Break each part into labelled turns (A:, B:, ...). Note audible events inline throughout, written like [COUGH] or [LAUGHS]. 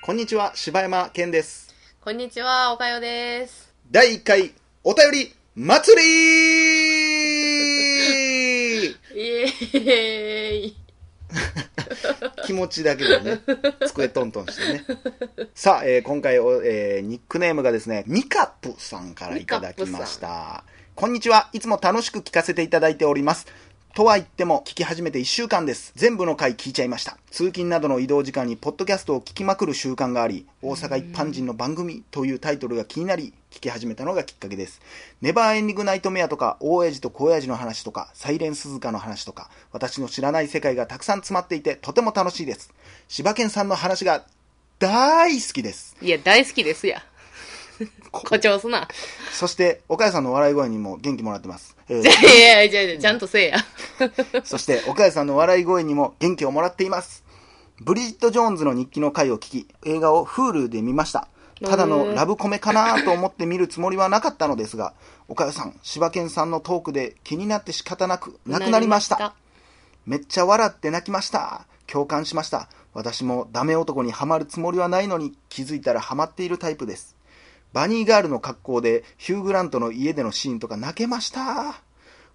A: こんにちは、柴山健です。
B: こんにちは、おかよです。
A: 第1回、お便り祭り
B: イエーイ。
A: 気持ちだけでね、机トントンしてね。さあ、えー今回お、えーニックネームがですね、ミカプさんからいただきました。こんにちは、いつも楽しく聞かせていただいております。とは言っても、聞き始めて1週間です。全部の回聞いちゃいました。通勤などの移動時間に、ポッドキャストを聞きまくる習慣があり、大阪一般人の番組というタイトルが気になり、聞き始めたのがきっかけです。ネバーエンディングナイトメアとか、大親父と小親父の話とか、サイレンスズカの話とか、私の知らない世界がたくさん詰まっていて、とても楽しいです。柴犬さんの話が大好きです。
B: いや、大好きですや。誇張す
A: [LAUGHS]
B: な。
A: そして、岡谷さんの笑い声にも元気もらってます。えー
B: いやいやいや、ちゃんとせえや。
A: そして、岡谷さんの笑い声にも元気をもらっています。ブリジット・ジョーンズの日記の回を聞き、映画を Hulu で見ました。ただのラブコメかなと思って見るつもりはなかったのですが、岡谷さん、柴犬さんのトークで気になって仕方なく、なくなりました。。めっちゃ笑って泣きました。共感しました。私もダメ男にはまるつもりはないのに気づいたらハマっているタイプです。バニーガールの格好でヒュー・グラントの家でのシーンとか泣けました。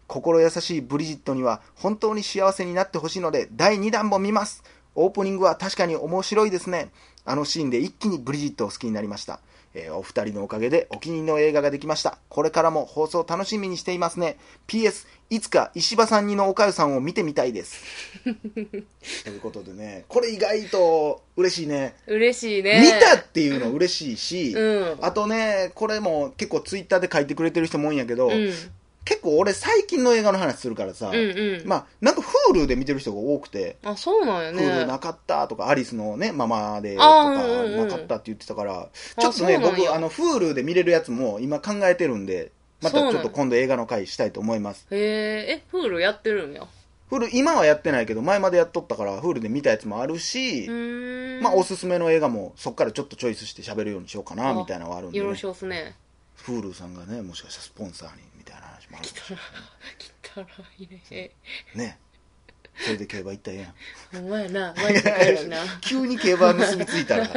A: 心優しいブリジットには本当に幸せになってほしいので第2弾も見ます。オープニングは確かに面白いですね。あのシーンで一気にブリジットを好きになりました。えーお二人のおかげでお気に入りの映画ができました。これからも放送楽しみにしていますね。PS、いつか石破さんにのおかゆさんを見てみたい
B: [LAUGHS]
A: です。ということでね、これ意外と嬉しいね。
B: 嬉しいね。
A: 見たっていうの嬉しいし、
B: うん
A: あとね、これも結構ツイッターで書いてくれてる人も多いんやけど、
B: うん。
A: 結構俺最近の映画の話するからさ、
B: うんうん。
A: まあなんか Hulu で見てる人が多くて、
B: あ、そうなんや
A: Hulu
B: ね
A: な。かったとか、アリスのね、ママでと
B: あ
A: か、
B: ーうんうんうん
A: なかったって言ってたから、ちょっとね、
B: そうなんや
A: 僕、あの、Hulu で見れるやつも今考えてるんで、またちょっと今度映画の回したいと思います。
B: へえ、え、フールやってるんや。
A: Hulu 今はやってないけど、前までやっとったから、Hulu で見たやつもあるし、
B: うーん。
A: まあ、おすすめの映画もそこからちょっとチョイスして喋るようにしようかな
B: あ
A: みたいなのはあるんで、
B: よ
A: ね
B: ろ、しおすね。
A: フールさんがねもしかしたらスポンサーにみたいな話もあるかもし
B: 来たらいいね。
A: れん
B: [LAUGHS]
A: ねそれで競馬行ったらえ
B: えお前な、
A: え
B: 前に帰
A: や
B: る
A: ん [LAUGHS]
B: な。
A: 急に競馬結びつい
B: [LAUGHS]
A: たら、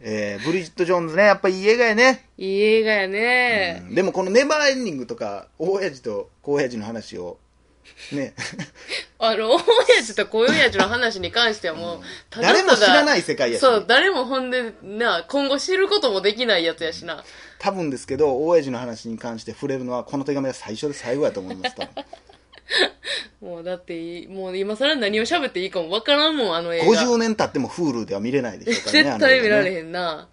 A: えーブリジット・ジョーンズねやっぱいい映画やね、
B: いい映画や
A: う
B: ね。
A: んでもこのネバーエンディングとか大親父と小親父の話を
B: [LAUGHS]
A: ね
B: あの、親父と小親父の話に関してはもう、ただただ
A: 誰も知らない世界やし
B: そう、誰もほんで、な、今後知ることもできないやつやしな。
A: 多分ですけど大親父の話に関して触れるのはこの手紙は最初で最後やと思います多分
B: [LAUGHS] もうだって、もう今更何を喋っていいかもわからんもん、あの映画。
A: 50年経っても Hulu では見れないでしょうからね
B: 絶対見られ
A: ん
B: へんな。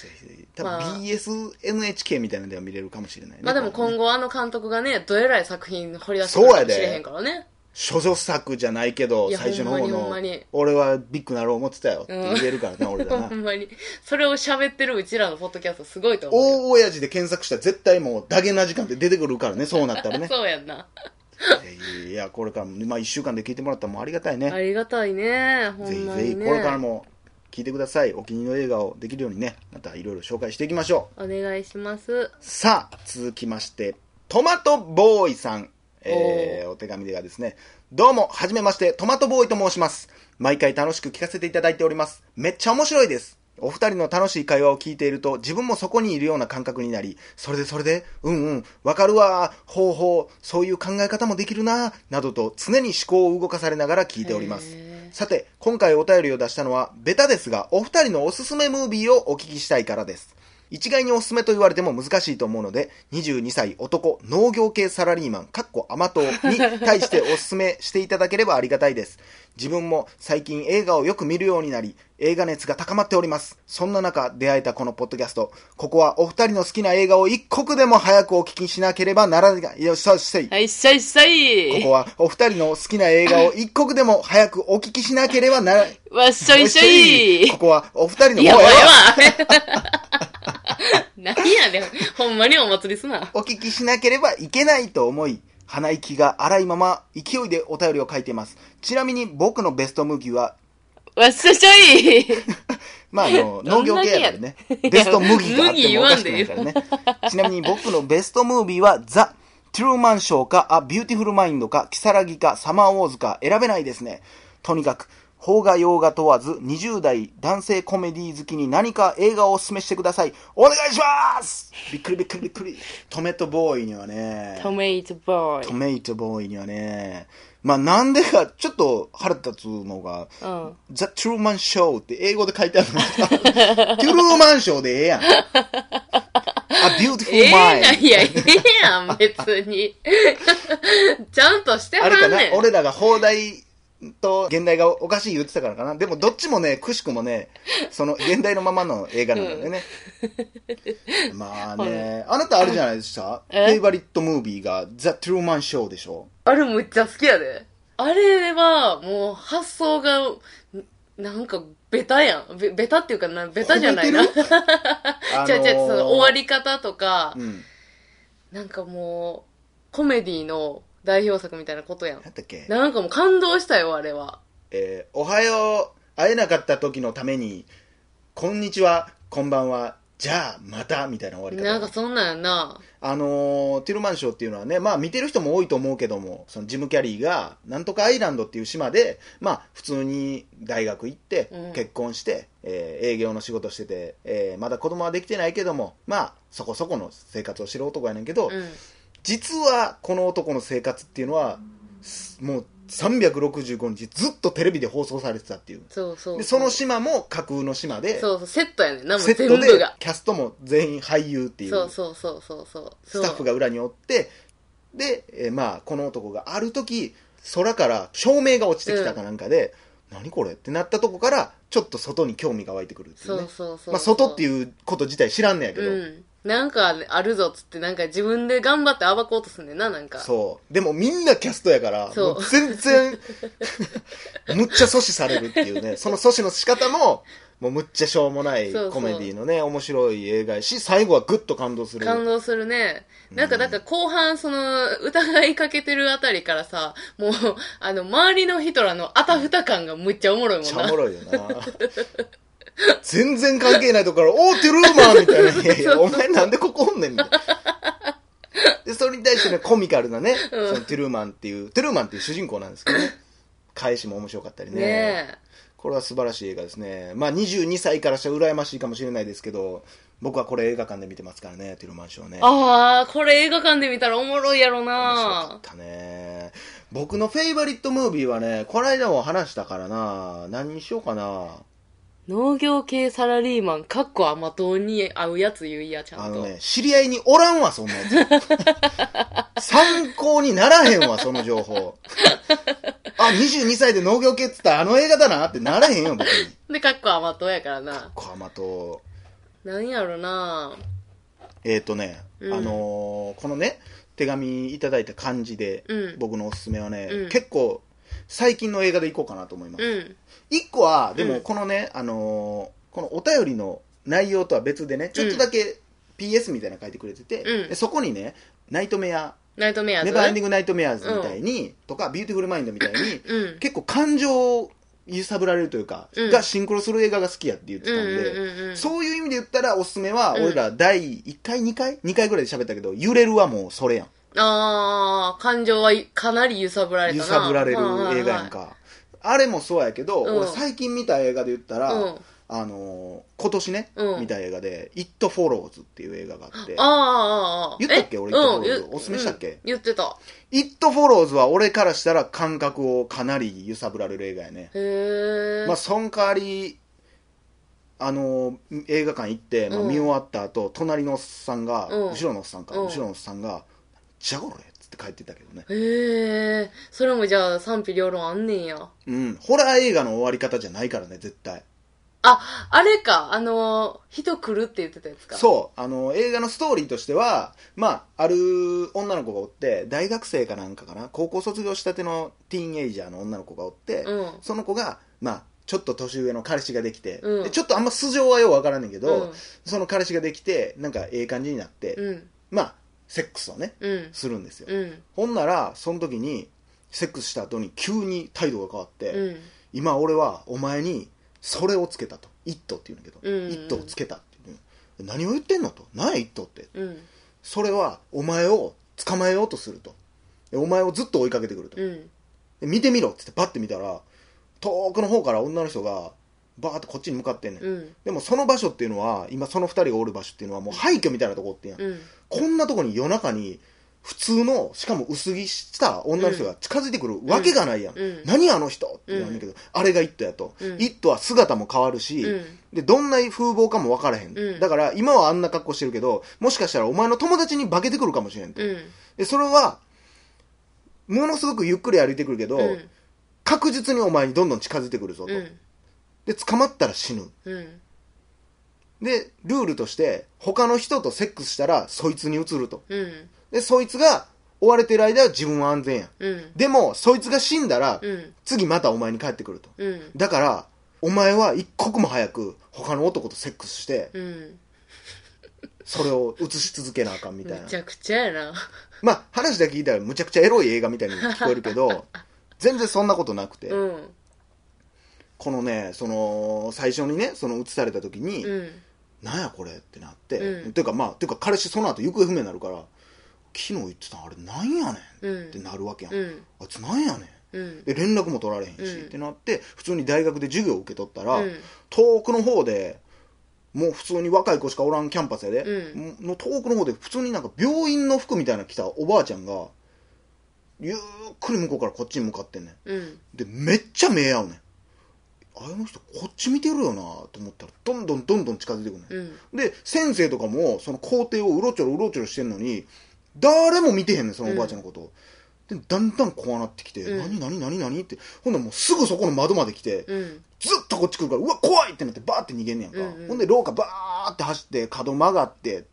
A: ぜひぜひ多
B: まあ
A: 分 BSNHK みたいなのでは見れるかもしれないね
B: まあでも今
A: 後
B: 後あの監督がね、どえらい作品掘り出してくるかもしれへんからね。
A: 諸女作じゃないけど
B: いや
A: 最初の方
B: ほんまにほんま
A: の
B: に
A: 俺はビッグなろう思ってたよって言えるからな、俺らな
B: ほんまに。 [LAUGHS] それを喋ってるうちらのポッドキャストすごいと思うよ。
A: 大親父で検索したら絶対もうダゲな時間って出てくる
B: [LAUGHS]
A: からねそうなったらね
B: そうやんな。
A: ぜひいやこれからも、まあ、1週間で聞いてもらったらもうありがたいね
B: ありがたいね。ほ
A: ぜ
B: ん
A: ひ
B: ま
A: ぜひ
B: に
A: こ
B: ね。
A: れからも聞いてくださいお気に入りの映画をできるようにねまたいろいろ紹介していきましょう
B: お願いします。
A: さあ、続きまして、トマトボーイさん。えーお手紙ではですね、どうも、はじめまして、トマトボーイと申します。毎回楽しく聞かせていただいております。めっちゃ面白いです。お二人の楽しい会話を聞いていると、自分もそこにいるような感覚になり、それでそれで、うんうん、わかるわ、方法、そういう考え方もできるな、などと常に思考を動かされながら聞いております
B: へー。
A: さて、今回お便りを出したのは、ベタですが、お二人のおすすめムービーをお聞きしたいからです。一概におすすめと言われても難しいと思うので、22歳男、農業系サラリーマン、かっこ甘党に対しておすすめしていただければありがたいです。自分も最近映画をよく見るようになり、映画熱が高まっております。そんな中、出会えたこのポッドキャスト、ここはお二人の好きな映画を一刻でも早くお聞きしなければならない。よっしゃ、よっしゃい。
B: はい、っしゃいっしゃい。
A: ここはお二人の好きな映画を一刻でも早くお聞きしなければ
B: [LAUGHS]
A: ならない。
B: わっしゃいっしゃい。
A: ここはお二人の
B: いや、
A: 声を
B: もうええわ。 [LAUGHS] 何やねん。ほんまにお祭りすな。
A: お聞きしなければいけないと思い、鼻息が荒いまま勢いでお便りを書いています。ちなみに僕のベストムービーは、
B: わっしゃいっしゃい。
A: まあ、あの、
B: [LAUGHS]
A: 農
B: どんだ
A: 業
B: け
A: 系や
B: や
A: から
B: ね
A: ね。ベスト麦があっ
B: 麦
A: て
B: 言
A: もお
B: わ
A: か
B: ん
A: しく
B: で
A: ない
B: ええ
A: からね。ちなみに僕のベストムービーは、ザ・トゥルーマンショーか、ア・ビューティフル・マインドか、キサラギか、サマーウォーズか選べないですね。とにかく、邦画洋画問わず20代男性コメディ好きに何か映画をお勧めしてください。お願いしますびっくりびっくりびっくり。トメトボーイにはね、
B: トメイトボー
A: トメイトボーイにはね、まあなんでかちょっと腹立つのが、
B: イ。うん。
A: The Truman Show って英語で書いてあるの。 [LAUGHS] トゥルーマンショーでええやん。A
B: [LAUGHS] え
A: Beautiful Mind
B: えや。ん、いや、ええやん、別に。 [LAUGHS] ちゃんとしては
A: あれか
B: ん
A: な
B: ねん。
A: 俺らが放題と現代がおかしい言ってたからかな。でもどっちもね、くしくもね、その現代のままの映画なんだよね。まあ
B: [LAUGHS]
A: ね、あなたあれじゃないですか。フ
B: え
A: ェイバリットムービーが The Truman Show でしょ。
B: あれむっちゃ好きやで。あれは、もう発想が、んなんか、ベタやん。ベベタっていうかな、ベタじゃないな。
A: 褒め
B: [LAUGHS]
A: てるあ
B: じゃじゃその終わ
A: り。
B: り方とか、
A: うん。
B: なんかもう、コメディの代表作みたいなことやん。
A: なんだっけ。
B: なんかもう感動したよ、あれは。
A: えーおはよう、会えなかった時のために、こんにちは、こんばんは、じゃあ、また、みたいな終わり
B: なんか
A: 方。
B: そんなんやんな。
A: あのーティルマンショーっていうのはね、まあ見てる人も多いと思うけども、そのジム・キャリーが、なんとかアイランドっていう島で、まあ普通に大学行って
B: うん、
A: 結婚して、えー営業の仕事してて、えーまだ子供はできてないけども、まあそこそこの生活をしてる男やねんけど、
B: うん。
A: 実はこの男の生活っていうのは、すもう365日ずっとテレビで放送されてたっていう。
B: そうそう。
A: でその島も架空の島で
B: そうそう、セットやねんな、もう
A: セッ
B: 全
A: ト
B: 部
A: で
B: が。
A: キャストも全員俳優っていう
B: そうそうそうそうそう。
A: スタッフ
B: が。
A: が裏におってで、えーまあ、この男がある時空から照明が落ちてきたかなんかで、何これってなったとこからちょっと外に興味が湧いてくるっていう
B: そ
A: ね
B: うそうそう。
A: まあ、外って
B: う。
A: いうこと自体知らんねやけど、
B: うん。なんかあるぞっつって、なんか自分で頑張って暴こうとすんねんな、なんか。
A: そうでもみんなキャストやから
B: そう
A: もう全
B: [LAUGHS]
A: 然むっちゃ阻止されるっていうねその阻止の仕方ももうむっちゃしょうもない
B: そうそう
A: コメディのね面白い映画やし最後はグッと感動する
B: 感動するね。なん
A: う
B: か、
A: ん
B: だから後半、その、疑いかけてるあたりからさ、もう、 [LAUGHS] あの、周りの人らのあたふた感がむっちゃおもろい
A: め
B: も
A: っ
B: ん
A: ちゃお
B: な
A: も。ろいよな全然関係ないとこから「おーテルーマン!」みた
B: [LAUGHS]
A: いな「いやいやお前なんでここおんねん」みたいな。でそれに対してねコミカルなね、
B: うん
A: そのテルーマンっていうテルーマンっていう主人公なんですけどね返しも面白かったりね
B: ね
A: これは素晴らしい映画ですねまあ22歳からしたら羨ましいかもしれないですけど僕はこれ映画館で見てますからねテルーマンショーね
B: え。ああ、これ映画館で見たらおもろいやろ
A: 面白か
B: な
A: っ。たね僕のフェイバリットムービーはねこの間も話したからな何にしようかな
B: 農業系サラリーマン、かっこ甘党に合うやつ言うや、ちゃ
A: あ
B: んと。
A: のね、知り合いにおらんわ、そんなやつ。
B: [LAUGHS]
A: 参考にならへんわ、その情報。あ、22歳で農業系っつったらあの映画だなってならへんよ、僕に。
B: で、かっこ甘党やからな。
A: 小浜と、
B: なんやろな
A: えっ、とね、
B: うん
A: あのーこのね、手紙いただいた感じで、
B: うん
A: 僕のおすすめはね、
B: うん
A: 結構、最近の映画でいこうかなと思います。
B: うん。
A: 一個は、で
B: う
A: も
B: ん
A: このね、あのーこのお便りの内容とは別でね、ちょっとだけ PS みたいなの書いてくれてて、
B: うん
A: でそこにね、ナイトメア
B: ナイトメアーズ。
A: ネバーエンディング・ナイトメアーズみたいに、とか、ビューティフル・マインドみたい
B: [LAUGHS]
A: に、
B: うん。
A: 結構感情を揺さぶられるというか、
B: うん
A: がシンクロする映画が好きやって言ってたんで、
B: うんうんうんうん
A: そういう意味で言ったら、おすすめは、
B: うん
A: 俺ら第1回、2回 ?2 回ぐらいで喋ったけど、揺れるはもうそれやん。
B: ああ、感情はいかなり揺さぶられた
A: 揺
B: な。
A: さぶられる映画やんか。あれもそうやけど、
B: うん
A: 俺最近見た映画で言った
B: は
A: ら、
B: いはいはい。うん。
A: あのー今年ね、
B: うん
A: 見た映画で、It Follows っていう映画があって、
B: あーあー、あーあー。
A: 言ったっけ
B: え
A: 俺言ったこと
B: うん
A: おすすめしたっけ
B: うん言ってた。
A: It Follows は俺からしたら感覚をかなり揺さぶられる映画やね。
B: へえ。
A: まあ、その代わり、あのー映画館行って、まあ、
B: うん
A: 見終わった後、隣のおっさんが、
B: うん
A: 後ろのおっさんか、
B: うん
A: 後ろのおっさんが「じゃこれ」っつって帰ってたけどね、
B: へえ。それもじゃあ賛否両論あんねんや。
A: うん、ホラー映画の終わり方じゃないからね絶対
B: あ、あれか、あのー、人来るって言ってたやつか。
A: そうあの映画のストーリーとしては、まあ、ある女の子がおって大学生かなんかかな高校卒業したてのティーンエイジャーの女の子がおって、
B: うん。
A: その子が、まあ、ちょっと年上の彼氏ができて、
B: うん
A: でちょっとあんま素性はようわからんねんけど、
B: うん
A: その彼氏ができてなんかええ感じになって、
B: うん。
A: まあセックスをね
B: うん。
A: するんですよ、
B: うん。
A: ほんならその時にセックスした後に急に態度が変わって、
B: うん。
A: 今俺はお前にそれをつけたと「イット」って言うんだけど「
B: うん
A: イット」をつけたっていう何を言ってんのと「何やイット」って
B: うん。
A: それはお前を捕まえようとするとでお前をずっと追いかけてくると、
B: うん。
A: で見てみろっつってバッて見たら遠くの方から女の人がバーってこっちに向かってんねん、
B: うん
A: でもその場所っていうのは今その2人がおる場所っていうのはもう廃墟みたいなとこってやん、
B: うん
A: こんなとこに夜中に普通のしかも薄着した女の人が近づいてくるわけがないやん、
B: うん
A: 何あの人ってなんだけど、あれが「イット!」やと「
B: うん
A: イット!」は姿も変わるし、
B: うん
A: でどんな風貌かも分からへん、
B: うん
A: だから今はあんな格好してるけどもしかしたらお前の友達に化けてくるかもしれんと、
B: うん
A: でそれはものすごくゆっくり歩いてくるけど、
B: うん
A: 確実にお前にどんどん近づいてくるぞと、
B: うん
A: で捕まったら死ぬ
B: うん
A: でルールとして他の人とセックスしたらそいつに移ると
B: うん
A: でそいつが追われてる間は自分は安全やん
B: うん
A: でもそいつが死んだら、
B: うん
A: 次またお前に帰ってくると
B: うん
A: だからお前は一刻も早く他の男とセックスして
B: うん
A: それを映し続けなあかんみたいな
B: めちゃくちゃやな
A: まあ話だけ聞いたらむちゃくちゃエロい映画みたいに聞こえるけ
B: [LAUGHS]
A: ど全然そんなことなくて、
B: うん
A: このねその最初にねその映された時に、
B: うん
A: なんやこれってなって、
B: うん
A: ていうかまあていうか彼氏その後行方不明になるから昨日言ってたあれなんやね
B: うん
A: んってなるわけやん、
B: うん
A: あいつなんやねん
B: うん
A: で連絡も取られへんし、
B: うん
A: ってなって普通に大学で授業を受け取ったら、
B: うん
A: 遠くの方でもう普通に若い子しかおらんキャンパスやで、
B: う
A: の遠くの方で普通になんか病院の服みたいなの着たおばあちゃんがゆっくり向こうからこっちに向かってんねん
B: うん
A: でめっちゃ目合うねんあの人こっち見てるよなと思ったらどんどんどんどん近づいてくるねん
B: うん
A: で先生とかもその校庭をうろちょろうろちょろしてんのに誰も見てへんねんそのおばあちゃんのこと、でだんだん怖なってきて、
B: うん
A: 何何何何ってほんならもうすぐそこの窓まで来て、
B: うん
A: ずっとこっち来るからうわ怖いってなってバーって逃げんねやんか、
B: うんうん
A: ほんで廊下バーって走って角曲がって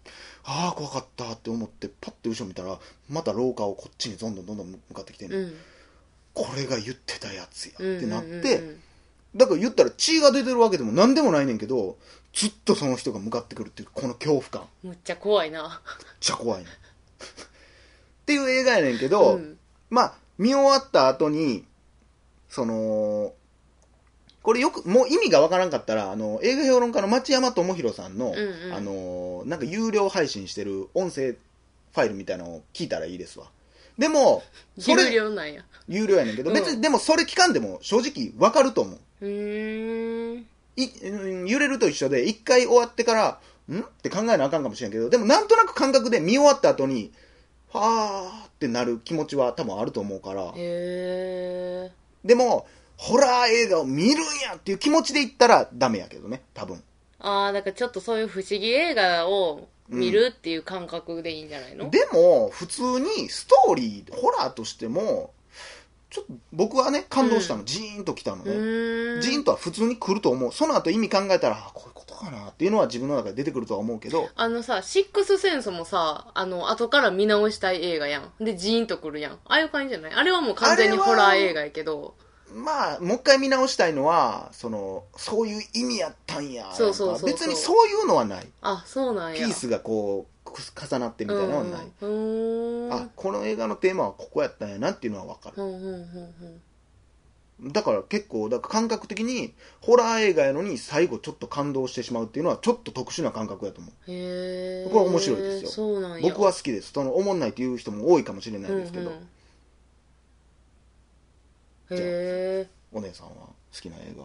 A: ああ怖かったって思ってパッて後ろ見たらまた廊下をこっちにどんどんどんどん向かってきてんねん、
B: うん
A: これが言ってたやつや
B: うん
A: ってなって、
B: うん
A: だから言ったら血が出てるわけでも何でもないねんけどずっとその人が向かってくるっていうこの恐怖感
B: むっちゃ怖いな
A: めっちゃ怖いねん [LAUGHS] っていう映画やねんけど、
B: ん
A: まあ見終わった後にそのこれよくもう意味がわからんかったらあの映画評論家の町山智博さんの、
B: うんうん
A: あのなんか有料配信してる音声ファイルみたいなのを聞いたらいいですわでもそ
B: 有
A: れ
B: 料なんや
A: 有料やねんけど、
B: うん
A: 別にでもそれ聞かんでも正直わかると思う
B: うーん
A: いうん揺れると一緒で一回終わってからんって考えなあかんかもしれんけどでもなんとなく感覚で見終わった後にはあってなる気持ちは多分あると思うから
B: へえ
A: でも、ホラー映画を見るんやっていう気持ちで言ったらダメやけどね、多分。
B: ああだからちょっとそういう不思議映画を見るっていう感覚でいいんじゃないの、
A: でも、普通にストーリー、ホラーとしても、ちょっと僕はね、感動したの。ジーンときたの
B: う
A: ね。
B: ーん
A: ジーンとは普通に来ると思う。その後意味考えたら、あこういうことかなっていうのは自分の中で出てくるとは思うけど、
B: あのさ、シックスセンスもさ、あの、後から見直したい映画やん。で、ジーンとくるやん。ああいう感じじゃないあれはもう完全にホラー映画やけど。
A: まあ、もう一回見直したいのは、その、そういう意味やったんや。
B: そうそうそうそう
A: 別にそういうのはない。
B: あ、そうなん
A: ピ
B: や。
A: ースがこう、く重なってみたいなのはない。
B: うんうん。うーん。
A: あ、この映画のテーマはここやったんやなっていうのはわかる。
B: うんうんうん
A: だから結構だから感覚的にホラー映画やのに最後ちょっと感動してしまうっていうのはちょっと特殊な感覚やと思う、
B: うん。へえ。
A: これ面白いですよ
B: そうなんや。
A: 僕は好きですその思んないっていう人も多いかもしれないですけど、
B: うんうんへえ。
A: お姉さんは好きな映画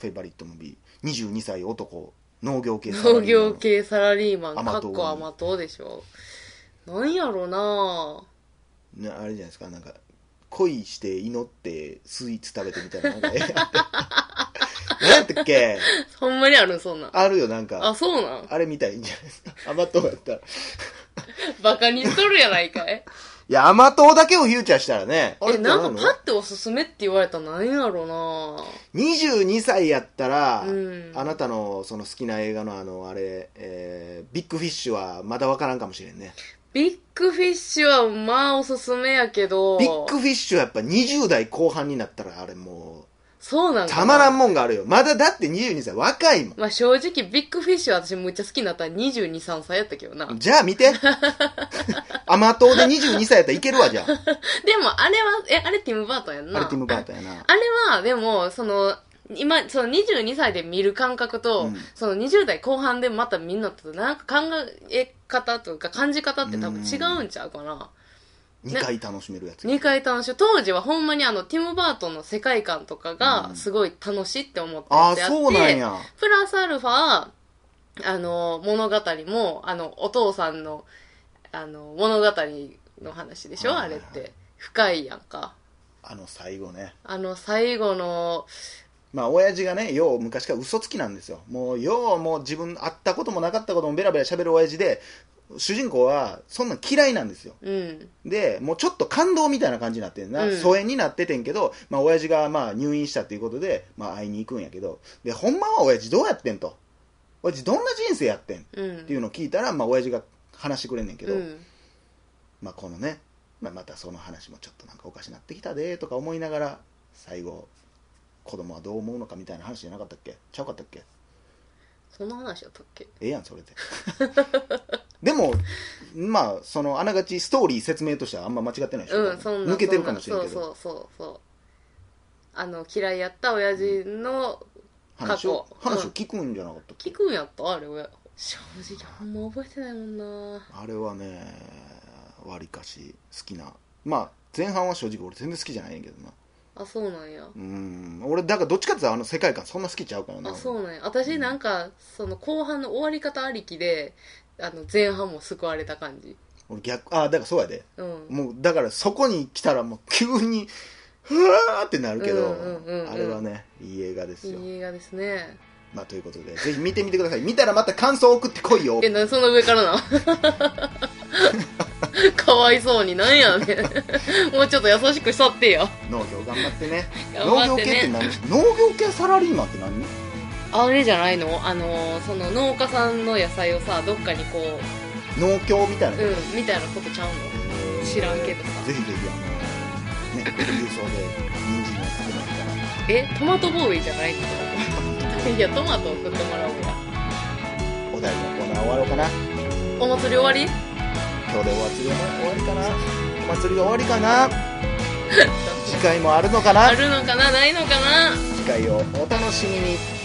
A: フェイバリットムービー22歳男農業系
B: 農業系サラリーマン、
A: 甘
B: かっ
A: 党
B: こ甘党でしょ。なんやろな
A: ねあれじゃないですかなんか恋して祈ってスイーツ食べてみたいななんか映画って [LAUGHS] 何やったっけ
B: ほんまにあるそんなん。
A: あるよなんか
B: あ、そうなん
A: あれみたいんじゃないですか甘党やったらい
B: バカにしとるやないかい。
A: や甘党だけをフューチャーしたらねあれ
B: え、
A: ってな
B: な
A: る
B: ん
A: の
B: かパッておすすめって言われたら何やろな
A: 22歳やったら、
B: うん
A: あなたのその好きな映画のあのあれ、えービッグフィッシュはまだわからんかもしれんね
B: ビッグフィッシュはまあおすすめやけど。
A: ビッグフィッシュはやっぱ20代後半になったらあれも
B: そうなん
A: う
B: か
A: たまらん
B: ん。
A: もんがあるよまだだって22歳若いも
B: まあ正直ビッグフィッシュは私むっちゃ好きになったら22、3歳やったけどな。で
A: ん
B: も
A: じゃあ見
B: [LAUGHS]
A: て甘党で22歳やったらいけるわじゃあ
B: あれは、え、あれティム・バートンやんな。
A: あれティム・バートンやな
B: あれは、でも、その、今、その22歳で見る感覚と、
A: うん
B: その20代後半でまた見んなと、なんか考え方というか感じ方って多分違うんちゃうかな。
A: 2回楽しめるやつ。
B: 二回楽しい。当時はほんまにあの、ティム・バートンの世界観とか
A: う
B: が
A: ん
B: すごい楽しいって思って
A: ああ、
B: やつやって、
A: そうなんや。
B: プラスアルファ、あの、物語も、あの、お父さんの、あの、物語の話でしょ、
A: はいはいはい
B: あれって。深いやんか。
A: あの、最後ね。
B: あの、最後の、
A: まあ、親父がね、よう昔から嘘つきなんですよ。もう、ようもう自分、会ったこともなかったこともベラベラ喋る親父で、主人公は、そんなん嫌いなんですよ。
B: うん。
A: で、もうちょっと感動みたいな感じになってんな。
B: うん
A: 疎遠になっててんけど、まあ、親父がまあ入院したっていうことで、まあ、会いに行くんやけど、で、ほんまは親父どうやってんと。親父どんな人生やってんっ
B: うん。
A: ていうのを聞いたら、まあ、親父が話してくれんねんけど、
B: うん。
A: まあ、このね、まあ、またその話もちょっとなんかおかしなってきたでとか思いながら、最後、子供はどう思うのかみたいな話じゃなかったっけちゃうかったっけ
B: そんな話だったっけ
A: ええやん、そ
B: [LAUGHS]
A: れで。でも、まあ、その、あながちストーリー説明としてはあんま間違ってないでしょ、
B: うん、そんな
A: 抜けてるかもしれん
B: そん
A: け
B: な
A: ど。
B: そうそうそうそう。あの、嫌いやった親父の、
A: 話を
B: 過去
A: 話を聞くんじゃなかったっけ、
B: 聞くんやったあれ、親正直ほんま覚えてないもんな
A: あれはねわりかし好きなまあ前半は正直俺全然好きじゃないんやけどな
B: あ、そうなんや。
A: うん俺だからどっちかっていうとあの世界観そんな好きちゃうからな
B: あそううなんや私なんかその後半の終わり方ありきであの前半も救われた感じ
A: 俺逆あだからそうやで
B: うん
A: もうだからそこに来たらもう急にふわーってなるけど、
B: うんうんうんうん
A: あれはねいい映画です
B: い
A: よ、
B: い映画ですね
A: まあ、ということでぜひ見てみてください見たらまた感想送ってこいよ
B: えなんでその上から
A: [LAUGHS]
B: なかわいそうになんやねんもうちょっと優しくしたってや
A: 農業頑張ってね
B: 頑
A: [LAUGHS] 農
B: 張
A: 業
B: って
A: 系って
B: ね
A: 何農業系サラリーマンって何
B: あれじゃないのあのその農家さんの野菜をさどっかにこう
A: 農協みたいな、
B: うんみたいなことちゃうの知らんけどさ
A: ぜひぜひあのね郵送で人参を食べないから
B: えトマトボーイじゃないの [LAUGHS] いやトマト送ってもらおうや
A: お題のコーナー終わろうかな
B: お祭り終わり
A: 今日でお祭りは終わりかなお祭りが終わりか
B: [LAUGHS]
A: な次回もあるのかな
B: あるのかなないのかな
A: 次回をお楽しみに